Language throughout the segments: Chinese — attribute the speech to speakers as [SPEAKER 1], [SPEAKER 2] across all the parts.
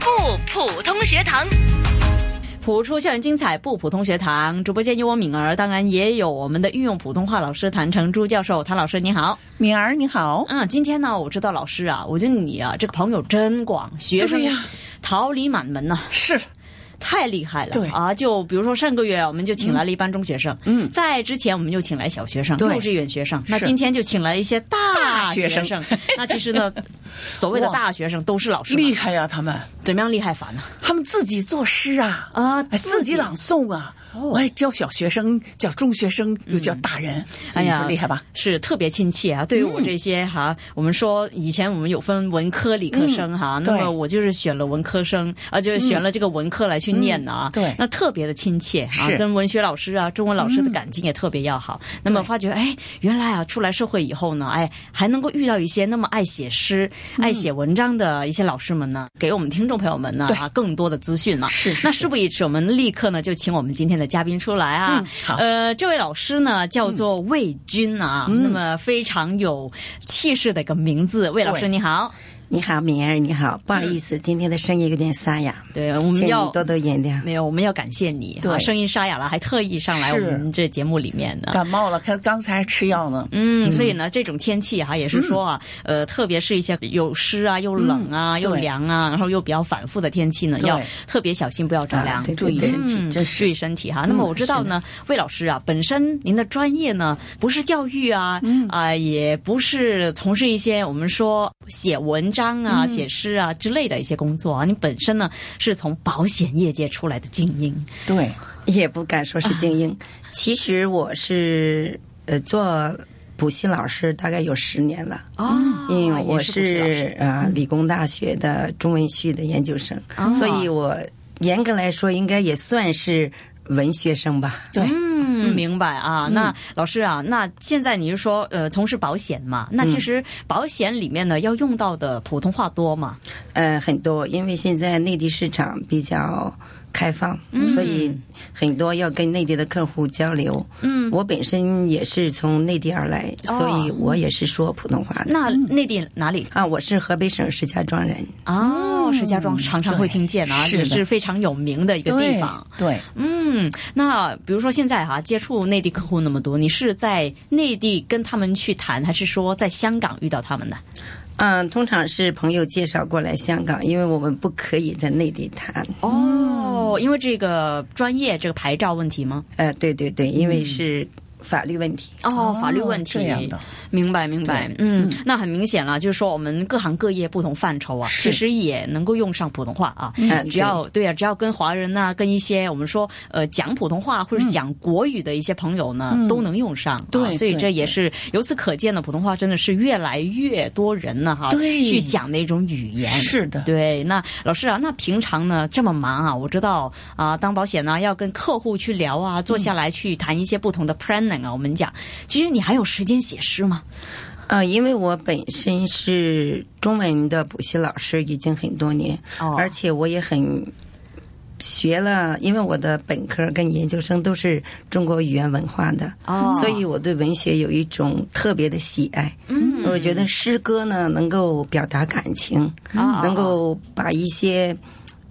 [SPEAKER 1] 普通学堂。
[SPEAKER 2] 普出校园精彩不普通学堂直播间有我敏儿，当然也有我们的御用普通话老师谭成珠教授，谭老师你好。
[SPEAKER 3] 敏儿你好，
[SPEAKER 2] 嗯，今天呢，我知道老师啊，我觉得你啊这个朋友真广，学生
[SPEAKER 3] 对呀
[SPEAKER 2] 桃李满门呐、
[SPEAKER 3] 是
[SPEAKER 2] 太厉害了。
[SPEAKER 3] 对
[SPEAKER 2] 啊，就比如说上个月我们就请来了一班中学生，
[SPEAKER 3] 嗯
[SPEAKER 2] 在之前我们就请来小学生、
[SPEAKER 3] 对
[SPEAKER 2] 幼稚园学生，那
[SPEAKER 3] 是
[SPEAKER 2] 今天就请来一些大
[SPEAKER 3] 大学
[SPEAKER 2] 生。
[SPEAKER 3] 生
[SPEAKER 2] 那其实呢，所谓的大学生都是老师嘛，
[SPEAKER 3] 厉害呀、他们
[SPEAKER 2] 怎么样厉害法呢？
[SPEAKER 3] 他们自己作诗啊，
[SPEAKER 2] 啊哦
[SPEAKER 3] 哎，自己朗诵啊，哎，教小学生，教中学生，又教大人，
[SPEAKER 2] 嗯
[SPEAKER 3] 所以
[SPEAKER 2] 哎
[SPEAKER 3] 你说厉害吧？
[SPEAKER 2] 是特别亲切啊！对于
[SPEAKER 3] 嗯
[SPEAKER 2] 我这些哈、我们说以前我们有分文科、理科生哈、那
[SPEAKER 3] 嗯对
[SPEAKER 2] 么我就是选了文科生啊，就是选了这个文科来去念的啊。
[SPEAKER 3] 嗯对
[SPEAKER 2] 那特别的亲切啊，
[SPEAKER 3] 是
[SPEAKER 2] 跟文学老师啊、中文老师的感情也特别要好。那么发觉哎，原来啊，出来社会以后呢，哎，还能够遇到一些那么爱写诗、
[SPEAKER 3] 嗯
[SPEAKER 2] 爱写文章的一些老师们呢，给我们听众朋友们呢
[SPEAKER 3] 对
[SPEAKER 2] 啊更多的资讯嘛。
[SPEAKER 3] 是是
[SPEAKER 2] 那
[SPEAKER 3] 是
[SPEAKER 2] 事不宜迟，我们立刻呢就请我们今天的嘉宾出来啊。
[SPEAKER 3] 嗯好
[SPEAKER 2] 呃，这位老师呢
[SPEAKER 3] 嗯
[SPEAKER 2] 叫做魏军啊，那么非常有气势的一个名字。魏老师
[SPEAKER 3] 对
[SPEAKER 2] 你好，
[SPEAKER 4] 你好，敏儿，你好，不好意思，今天的声音有点沙哑，
[SPEAKER 2] 对我们
[SPEAKER 4] 请
[SPEAKER 2] 嗯要
[SPEAKER 4] 你多多原谅。
[SPEAKER 2] 没有，我们要感谢你啊，
[SPEAKER 3] 对
[SPEAKER 2] 声音沙哑了，还特意上来我
[SPEAKER 3] 是
[SPEAKER 2] 们这节目里面的。
[SPEAKER 3] 感冒了，看刚才还吃药呢，
[SPEAKER 2] 嗯，所以呢，这种天气哈、也是说啊，呃，特别是一些又湿啊、又冷啊、
[SPEAKER 3] 嗯
[SPEAKER 2] 又
[SPEAKER 3] 对
[SPEAKER 2] 凉啊，然后又比较反复的天气呢，
[SPEAKER 3] 对
[SPEAKER 2] 要特别小心，不要着凉
[SPEAKER 4] 啊，对
[SPEAKER 3] 注意身体，
[SPEAKER 2] 嗯
[SPEAKER 3] 真
[SPEAKER 2] 注
[SPEAKER 3] 是
[SPEAKER 2] 意身体哈。那么我知道呢，魏老师啊，本身您的专业呢不是教育啊，啊、也不是从事一些我们说写文章啊、写诗啊之类的一些工作啊。你本身呢是从保险业界出来的精英，
[SPEAKER 3] 对，
[SPEAKER 4] 也不敢说是精英，其实我是呃做补习老师大概有十年了。
[SPEAKER 2] 哦
[SPEAKER 4] 因为
[SPEAKER 2] 是不
[SPEAKER 4] 我
[SPEAKER 2] 老师
[SPEAKER 4] 是啊、呃理工大学的中文系的研究生，
[SPEAKER 2] 哦
[SPEAKER 4] 所以我严格来说应该也算是文学生吧。
[SPEAKER 2] 嗯，明白啊。那老师啊，那现在你是说呃从事保险嘛？那其实保险里面呢要用到的普通话多嘛？
[SPEAKER 4] 呃，很多，因为现在内地市场比较开放，所以很多要跟内地的客户交流。嗯，我本身也是从内地而来，
[SPEAKER 2] 哦
[SPEAKER 4] 所以我也是说普通话的。
[SPEAKER 2] 那内地哪里
[SPEAKER 4] 啊，我是河北省石家庄人，
[SPEAKER 2] 哦，石家庄常常会听见啊，
[SPEAKER 3] 嗯对是
[SPEAKER 2] 也
[SPEAKER 3] 的
[SPEAKER 2] 是非常有名的一个地
[SPEAKER 3] 对
[SPEAKER 2] 方。，
[SPEAKER 3] 对，
[SPEAKER 2] 嗯，那比如说现在哈、接触内地客户那么多，你是在内地跟他们去谈，还是说在香港遇到他们的？
[SPEAKER 4] 嗯、通常是朋友介绍过来香港，因为我们不可以在内地谈。
[SPEAKER 2] 哦，因为这个专业这个牌照问题吗？
[SPEAKER 4] 呃，对对对，因为是法律问题。
[SPEAKER 2] 哦，法律
[SPEAKER 3] 哦
[SPEAKER 2] 问题，
[SPEAKER 3] 这样的
[SPEAKER 2] 明白明白，嗯，那很明显了，就是说我们各行各业不同范畴啊，
[SPEAKER 3] 是
[SPEAKER 2] 其实也能够用上普通话啊，
[SPEAKER 4] 嗯
[SPEAKER 2] 只要对啊，只要跟华人呐、跟一些我们说呃讲普通话或者讲国语的一些朋友呢，都能用上啊，
[SPEAKER 3] 嗯对
[SPEAKER 2] 所以
[SPEAKER 3] 对
[SPEAKER 2] 这也是由此可见的，普通话真的是越来越多人呢哈，
[SPEAKER 3] 对
[SPEAKER 2] 去讲的一种语言，
[SPEAKER 3] 是的，
[SPEAKER 2] 对，那老师啊，那平常呢这么忙啊，我知道啊，当保险呢、要跟客户去聊啊，坐下来去谈一些不同的 planning 啊。我们讲，其实你还有时间写诗吗？
[SPEAKER 4] 呃，因为我本身是中文的补习老师，已经很多年，
[SPEAKER 2] 哦
[SPEAKER 4] 而且我也很学了，因为我的本科跟研究生都是中国语言文化的，
[SPEAKER 2] 哦
[SPEAKER 4] 所以我对文学有一种特别的喜爱。嗯，我觉得诗歌呢能够表达感情，
[SPEAKER 2] 哦
[SPEAKER 4] 能够把一些。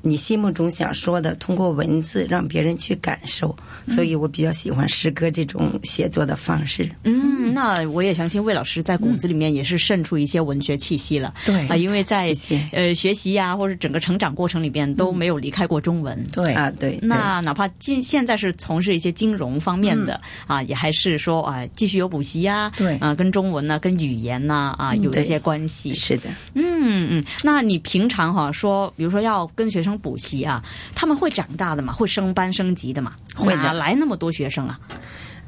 [SPEAKER 4] 你心目中想说的，通过文字让别人去感受，
[SPEAKER 2] 嗯
[SPEAKER 4] 所以我比较喜欢诗歌这种写作的方式。
[SPEAKER 2] 嗯，那我也相信魏老师在骨子里面也是渗出一些文学气息了。
[SPEAKER 3] 对
[SPEAKER 2] 啊，因为在
[SPEAKER 4] 哎谢谢
[SPEAKER 2] 呃学习呀、或者整个成长过程里边都没有离开过中文。
[SPEAKER 3] 对，
[SPEAKER 4] 啊，对，对
[SPEAKER 2] 那哪怕今现在是从事一些金融方面的、
[SPEAKER 4] 嗯
[SPEAKER 2] 啊，也还是说啊，继续有补习呀、啊，
[SPEAKER 3] 对
[SPEAKER 2] 啊，跟中文呐、跟语言呐啊有一
[SPEAKER 4] 嗯对
[SPEAKER 2] 些关系。
[SPEAKER 4] 是的。
[SPEAKER 2] 嗯嗯，那你平常哈、说，比如说要跟学生补习啊，他们会长大的嘛，会升班升级的嘛，
[SPEAKER 4] 会的
[SPEAKER 2] 哪来那么多学生啊？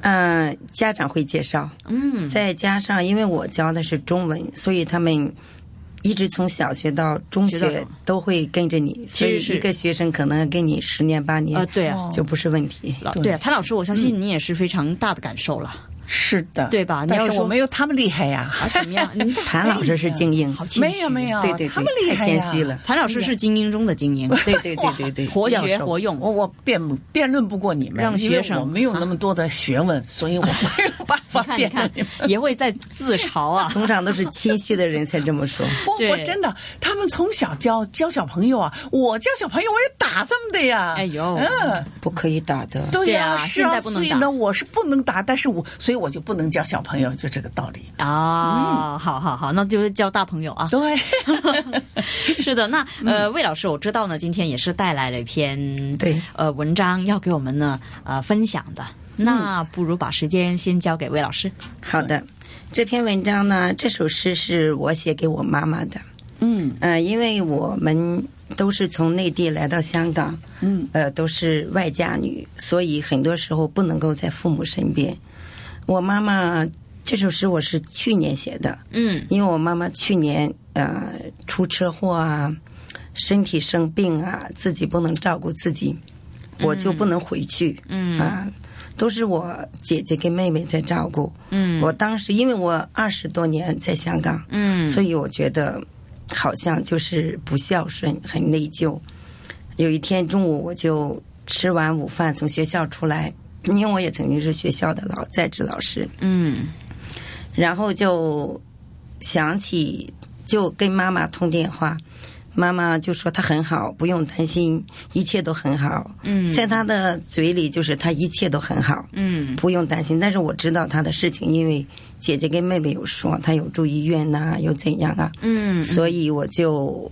[SPEAKER 4] 嗯，家长会介绍，
[SPEAKER 2] 嗯，
[SPEAKER 4] 再加上因为我教的是中文，所以他们一直从小学到中
[SPEAKER 2] 学到中
[SPEAKER 4] 学都会跟着你，所以
[SPEAKER 2] 是
[SPEAKER 4] 一个学生可能跟你十年八年
[SPEAKER 2] 呃，对啊，
[SPEAKER 3] 哦
[SPEAKER 4] 就不是问题。
[SPEAKER 2] 老
[SPEAKER 3] 对
[SPEAKER 2] 对啊，谭老师，我相
[SPEAKER 4] 嗯
[SPEAKER 2] 信你也是非常大的感受 了，
[SPEAKER 3] 是的，
[SPEAKER 2] 对吧你要
[SPEAKER 3] 但是
[SPEAKER 2] 说
[SPEAKER 3] 我没有他们厉害呀，
[SPEAKER 2] 啊，怎么样？你看
[SPEAKER 4] 谭老师是精英，
[SPEAKER 2] 哎好谦虚，
[SPEAKER 3] 没有没有，
[SPEAKER 4] 对对
[SPEAKER 3] 他们厉
[SPEAKER 4] 对，
[SPEAKER 3] 害
[SPEAKER 4] 太
[SPEAKER 3] 呀
[SPEAKER 4] 谦虚了。
[SPEAKER 2] 谭老师是精英中的精英，
[SPEAKER 4] 对对对对对，
[SPEAKER 2] 活
[SPEAKER 4] 教
[SPEAKER 2] 学
[SPEAKER 4] 授
[SPEAKER 2] 活用。
[SPEAKER 3] 我我辩辩论不过你们，
[SPEAKER 2] 让
[SPEAKER 3] 因为
[SPEAKER 2] 学生
[SPEAKER 3] 我没有那么多的学问，所以我没有办
[SPEAKER 2] 你 看，你看，也会在自嘲 啊。
[SPEAKER 4] 通常都是谦虚的人才这 么说。
[SPEAKER 3] 我
[SPEAKER 2] 对
[SPEAKER 3] 我真的，他们从小教教小朋友啊，我教小朋友我也打他们的呀。
[SPEAKER 2] 哎呦
[SPEAKER 3] 嗯，
[SPEAKER 4] 不可以打的。
[SPEAKER 3] 对呀、
[SPEAKER 2] 对啊
[SPEAKER 3] 是
[SPEAKER 2] 现在
[SPEAKER 3] 啊，
[SPEAKER 2] 不能
[SPEAKER 3] 所
[SPEAKER 2] 打
[SPEAKER 3] 以呢，我是不能打，但是我所以我就不能教小朋友，就这个道理。
[SPEAKER 4] 嗯
[SPEAKER 2] 啊，好好好，那就是叫大朋友啊。
[SPEAKER 3] 对，
[SPEAKER 2] 是的，那呃，魏老师，我知道呢，今天也是带来了一篇
[SPEAKER 4] 嗯对
[SPEAKER 2] 呃文章要给我们呢呃分享的。
[SPEAKER 4] 嗯
[SPEAKER 2] 那不如把时间先交给魏老师。
[SPEAKER 4] 好的，这篇文章呢，这首诗是我写给我妈妈的。
[SPEAKER 3] 嗯
[SPEAKER 4] 呃，因为我们都是从内地来到香港，
[SPEAKER 3] 嗯，
[SPEAKER 4] 呃，都是外嫁女，所以很多时候不能够在父母身边。我妈妈这首诗我是去年写的，
[SPEAKER 2] 嗯
[SPEAKER 4] 因为我妈妈去年呃出车祸啊，身体生病啊，自己不能照顾自己，我就不能回去，
[SPEAKER 2] 嗯
[SPEAKER 4] 啊，都是我姐姐跟妹妹在照顾。
[SPEAKER 2] 嗯
[SPEAKER 4] 我当时因为我二十多年在香港，
[SPEAKER 2] 嗯
[SPEAKER 4] 所以我觉得好像就是不孝顺，很内疚。有一天中午，我就吃完午饭从学校出来，因为我也曾经是学校的老在职老师，
[SPEAKER 2] 嗯
[SPEAKER 4] 然后就想起，就跟妈妈通电话，妈妈就说她很好，不用担心，一切都很好。
[SPEAKER 2] 嗯
[SPEAKER 4] 在她的嘴里就是她一切都很好，
[SPEAKER 2] 嗯
[SPEAKER 4] 不用担心。但是我知道她的事情，因为姐姐跟妹妹有说她有住医院呐、又怎样啊，
[SPEAKER 2] 嗯
[SPEAKER 4] 所以我就。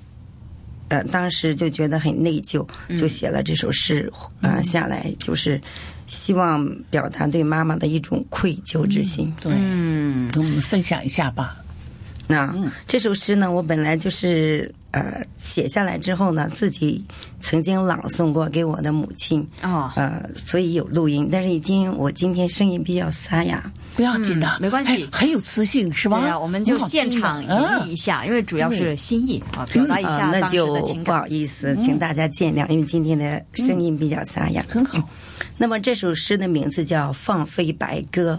[SPEAKER 4] 呃，当时就觉得很内疚，
[SPEAKER 2] 嗯
[SPEAKER 4] 就写了这首诗，呃，下来就是希望表达对妈妈的一种愧疚之心。
[SPEAKER 3] 对，
[SPEAKER 2] 嗯
[SPEAKER 3] 跟我们分享一下吧。
[SPEAKER 4] 那、这首诗呢，我本来就是呃写下来之后呢，自己曾经朗诵过给我的母亲，
[SPEAKER 2] 哦，
[SPEAKER 4] 呃，所以有录音。但是已经我今天声音比较沙哑，
[SPEAKER 3] 不要紧的，
[SPEAKER 2] 嗯没关系
[SPEAKER 3] 哎很有磁性是吧？
[SPEAKER 2] 对啊，我们就
[SPEAKER 3] 很好听
[SPEAKER 2] 现
[SPEAKER 3] 的
[SPEAKER 2] 场演
[SPEAKER 3] 啊
[SPEAKER 2] 绎一下，因为主要是
[SPEAKER 3] 对嗯
[SPEAKER 2] 心意啊，表达一
[SPEAKER 4] 啊、
[SPEAKER 2] 下
[SPEAKER 4] 那
[SPEAKER 2] 当时
[SPEAKER 4] 就
[SPEAKER 2] 的情
[SPEAKER 4] 不
[SPEAKER 2] 感。嗯
[SPEAKER 4] 好意思，请大家见谅，因为今天的声音比较沙哑。
[SPEAKER 3] 很好。
[SPEAKER 4] 那么这首诗的名字叫《放飞白鸽》。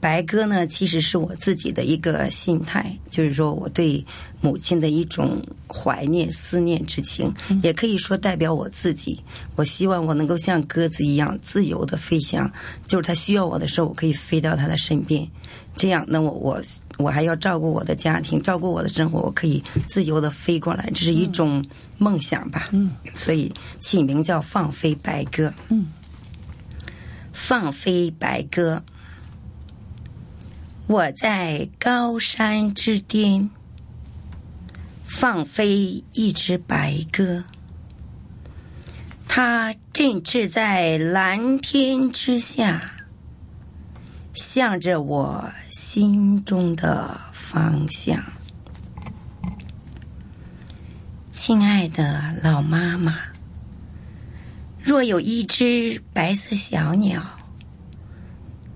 [SPEAKER 4] 白鸽呢，其实是我自己的一个心态，就是说我对母亲的一种怀念、思念之情，也可以说代表我自己。我希望我能够像鸽子一样自由的飞翔，就是它需要我的时候，我可以飞到它的身边。这样，那我我我还要照顾我的家庭，照顾我的生活，我可以自由的飞过来，这是一种梦想吧。嗯，所以起名叫放飞白鸽。放飞白鸽。我在高山之巅放飞一只白鸽，它振翅在蓝天之下，向着我心中的方向。亲爱的老妈妈，若有一只白色小鸟，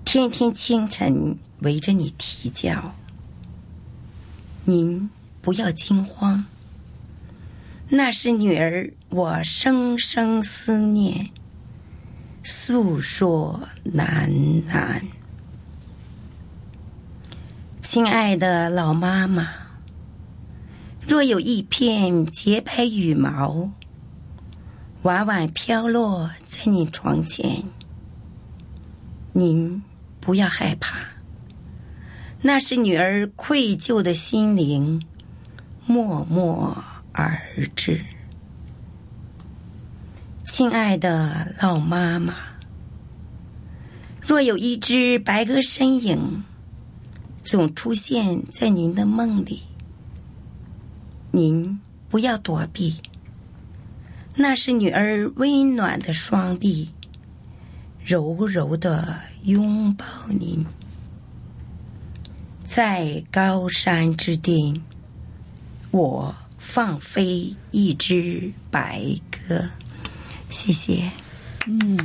[SPEAKER 4] 天天清晨围着你啼叫，您不要惊慌，那是女儿我生生思念，诉说喃喃。亲爱的老妈妈，若有一片洁白羽毛。婉婉飘落在你床前。您不要害怕，那是女儿愧疚的心灵默默而至。亲爱的老妈妈，若有一只白鸽身影总出现在您的梦里，您不要躲避。那是女儿温暖的双臂，柔柔的拥抱您。在高山之巅，我放飞一只白鸽。谢谢，
[SPEAKER 3] 真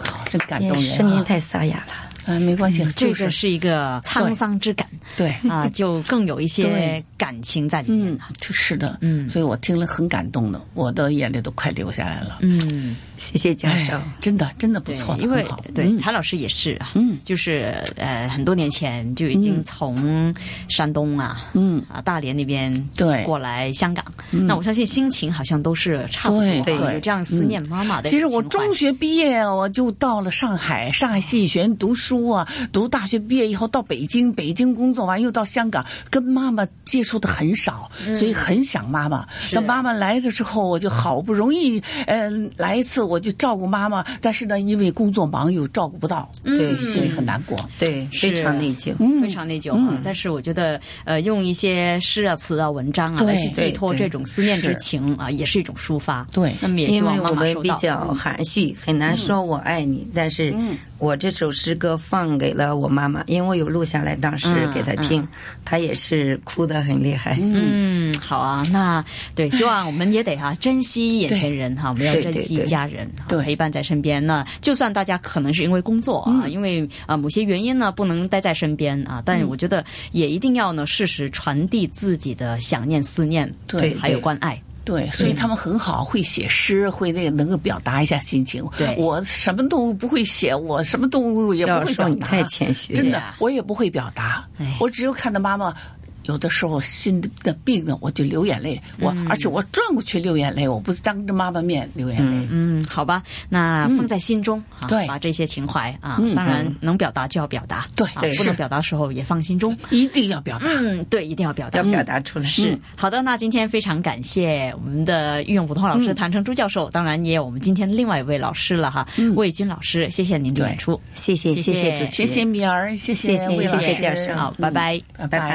[SPEAKER 3] 好，真感
[SPEAKER 4] 因
[SPEAKER 3] 动
[SPEAKER 4] 为
[SPEAKER 3] 人
[SPEAKER 4] 声音
[SPEAKER 3] 啊！
[SPEAKER 4] 太沙哑了。
[SPEAKER 3] 啊，没关系，
[SPEAKER 2] 嗯这
[SPEAKER 3] 就
[SPEAKER 2] 个
[SPEAKER 3] 是
[SPEAKER 2] 是一个沧桑之感
[SPEAKER 3] 对，
[SPEAKER 2] 啊，就更有一些
[SPEAKER 3] 对
[SPEAKER 2] 感情在里面啊
[SPEAKER 3] 嗯
[SPEAKER 2] 了。，
[SPEAKER 3] 就是的，
[SPEAKER 2] 嗯
[SPEAKER 3] 所以我听了很感动的，我的眼泪都快流下来了。
[SPEAKER 2] 嗯。
[SPEAKER 4] 谢谢教授。
[SPEAKER 3] 哎真的真的不
[SPEAKER 2] 对，
[SPEAKER 3] 错的，
[SPEAKER 2] 因为
[SPEAKER 3] 很好
[SPEAKER 2] 对
[SPEAKER 3] 嗯
[SPEAKER 2] 谭老师也是啊，
[SPEAKER 3] 嗯
[SPEAKER 2] 就是呃很多年前就已经从山东啊，
[SPEAKER 3] 嗯
[SPEAKER 2] 啊大连那边
[SPEAKER 3] 对嗯
[SPEAKER 2] 过来香港，那我相信心情好像都是差不多啊，
[SPEAKER 3] 对对
[SPEAKER 2] 有这样思念妈妈的一
[SPEAKER 3] 其
[SPEAKER 2] 个情怀。
[SPEAKER 3] 实我中学毕业，我就到了上海上海戏剧学院读书啊，读大学毕业以后到北京，北京工作完又到香港，跟妈妈接触的很少，
[SPEAKER 2] 嗯
[SPEAKER 3] 所以很想妈妈。那妈妈来了之后，我就好不容易，嗯、来一次我就照顾妈妈，但是呢，因为工作忙又照顾不到，对，心里很难过。嗯
[SPEAKER 4] 对，非常内疚。
[SPEAKER 2] 嗯非常内疚
[SPEAKER 4] 嗯
[SPEAKER 2] 啊。但是我觉得，呃，用一些诗啊、词啊、文章啊
[SPEAKER 3] 对
[SPEAKER 2] 来去寄托
[SPEAKER 4] 对
[SPEAKER 2] 这种思念之
[SPEAKER 3] 是
[SPEAKER 2] 情啊，也是一种抒发。
[SPEAKER 3] 对
[SPEAKER 2] 那么也希
[SPEAKER 4] 因
[SPEAKER 2] 望
[SPEAKER 4] 为
[SPEAKER 2] 妈
[SPEAKER 4] 我
[SPEAKER 2] 妈
[SPEAKER 4] 们
[SPEAKER 2] 收
[SPEAKER 4] 比
[SPEAKER 2] 到。嗯
[SPEAKER 4] 较含蓄，很难说我爱你，但是我这首诗歌放给了我妈妈，因为我有录下来，当时给她听，她也是哭得很厉害。
[SPEAKER 2] 嗯，好啊，那对，希望我们也得哈、啊珍惜眼前人哈、我们要
[SPEAKER 4] 对
[SPEAKER 2] 珍惜
[SPEAKER 4] 对对
[SPEAKER 2] 家人哈、
[SPEAKER 3] 对
[SPEAKER 2] 陪伴在身边。那就算大家可能是因为工作啊，
[SPEAKER 4] 嗯
[SPEAKER 2] 因为啊、某些原因呢不能待在身边啊，但我觉得也一定要呢适时传递自己的想念、思念，
[SPEAKER 3] 对
[SPEAKER 2] 还有
[SPEAKER 4] 对
[SPEAKER 2] 关爱。
[SPEAKER 3] 对，所以他们很好，会写诗，会那个能够表达一下心情。
[SPEAKER 2] 对
[SPEAKER 3] 我什么都不会写，我什么都也不
[SPEAKER 4] 教
[SPEAKER 3] 会
[SPEAKER 4] 授，
[SPEAKER 3] 表
[SPEAKER 4] 你
[SPEAKER 3] 达，
[SPEAKER 4] 太谦虚了
[SPEAKER 3] 真。
[SPEAKER 2] 对
[SPEAKER 3] 的
[SPEAKER 2] 啊，
[SPEAKER 3] 我也不会表达
[SPEAKER 2] 哎，
[SPEAKER 3] 我只有看到妈妈。有的时候心的病呢，我就流眼泪，我、而且我转过去流眼泪，我不是当着妈妈面流眼泪。
[SPEAKER 2] 嗯，好吧，那放在心中、啊，
[SPEAKER 3] 对
[SPEAKER 2] 把这些情怀啊，当然能表达就要表达，
[SPEAKER 3] 对
[SPEAKER 2] 啊
[SPEAKER 3] 对
[SPEAKER 2] 不能
[SPEAKER 3] 是
[SPEAKER 2] 表达的时候也放心中。
[SPEAKER 3] 一定要表达。
[SPEAKER 2] 嗯，对，一定要表达
[SPEAKER 4] 要。表达出来、嗯
[SPEAKER 2] 是好的，那今天非常感谢我们的御用普通话老师谭成珠教授，当然也有我们今天另外一位老师了哈，魏军老师，谢谢您的
[SPEAKER 3] 对
[SPEAKER 2] 演出，
[SPEAKER 4] 谢谢
[SPEAKER 2] 谢
[SPEAKER 4] 谢
[SPEAKER 2] 谢
[SPEAKER 4] 谢主持人，
[SPEAKER 3] 谢谢米儿，谢
[SPEAKER 4] 谢谢
[SPEAKER 3] 魏老
[SPEAKER 4] 谢
[SPEAKER 3] 师，
[SPEAKER 4] 谢教授
[SPEAKER 2] 好，拜拜。
[SPEAKER 3] 拜
[SPEAKER 4] 拜拜